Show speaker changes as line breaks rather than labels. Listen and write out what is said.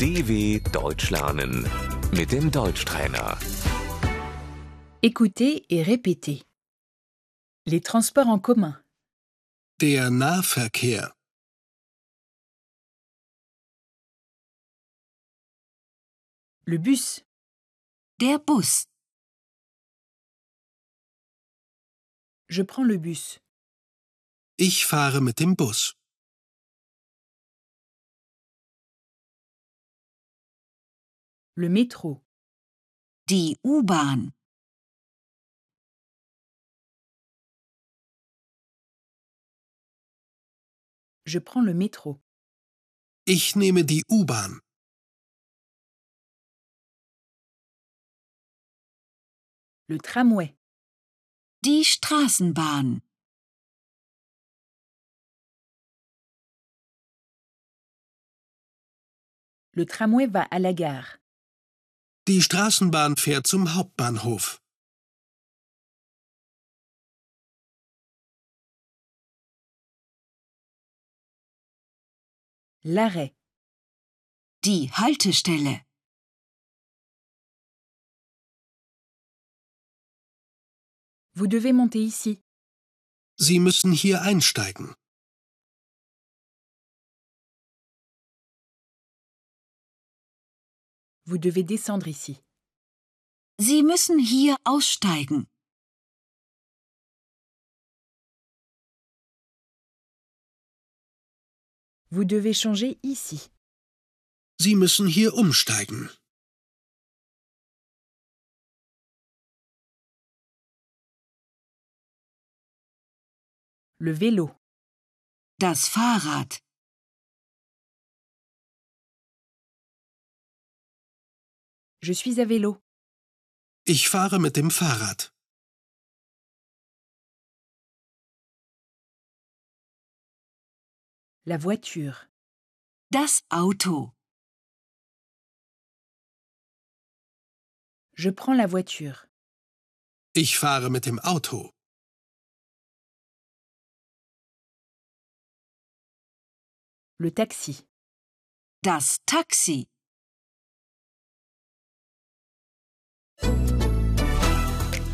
DW Deutsch lernen mit dem Deutschtrainer.
Écoutez et répétez. Les transports en commun,
Der Nahverkehr.
le bus,
Der Bus.
je prends le bus,
Ich fahre mit dem Bus.
le métro,
Die U-Bahn.
je prends le métro,
Ich nehme die U-Bahn.
le tramway,
Die Straßenbahn.
le tramway va à la gare,
Die Straßenbahn fährt zum Hauptbahnhof.
l'arrêt,
Die Haltestelle.
vous devez monter ici,
Sie müssen hier einsteigen.
vous devez descendre ici,
Sie müssen hier aussteigen.
vous devez changer ici,
Sie müssen hier umsteigen.
le vélo,
Das Fahrrad.
je suis à vélo,
Ich fahre mit dem Fahrrad.
la voiture,
Das Auto.
je prends la voiture,
Ich fahre mit dem Auto.
le taxi,
Das Taxi.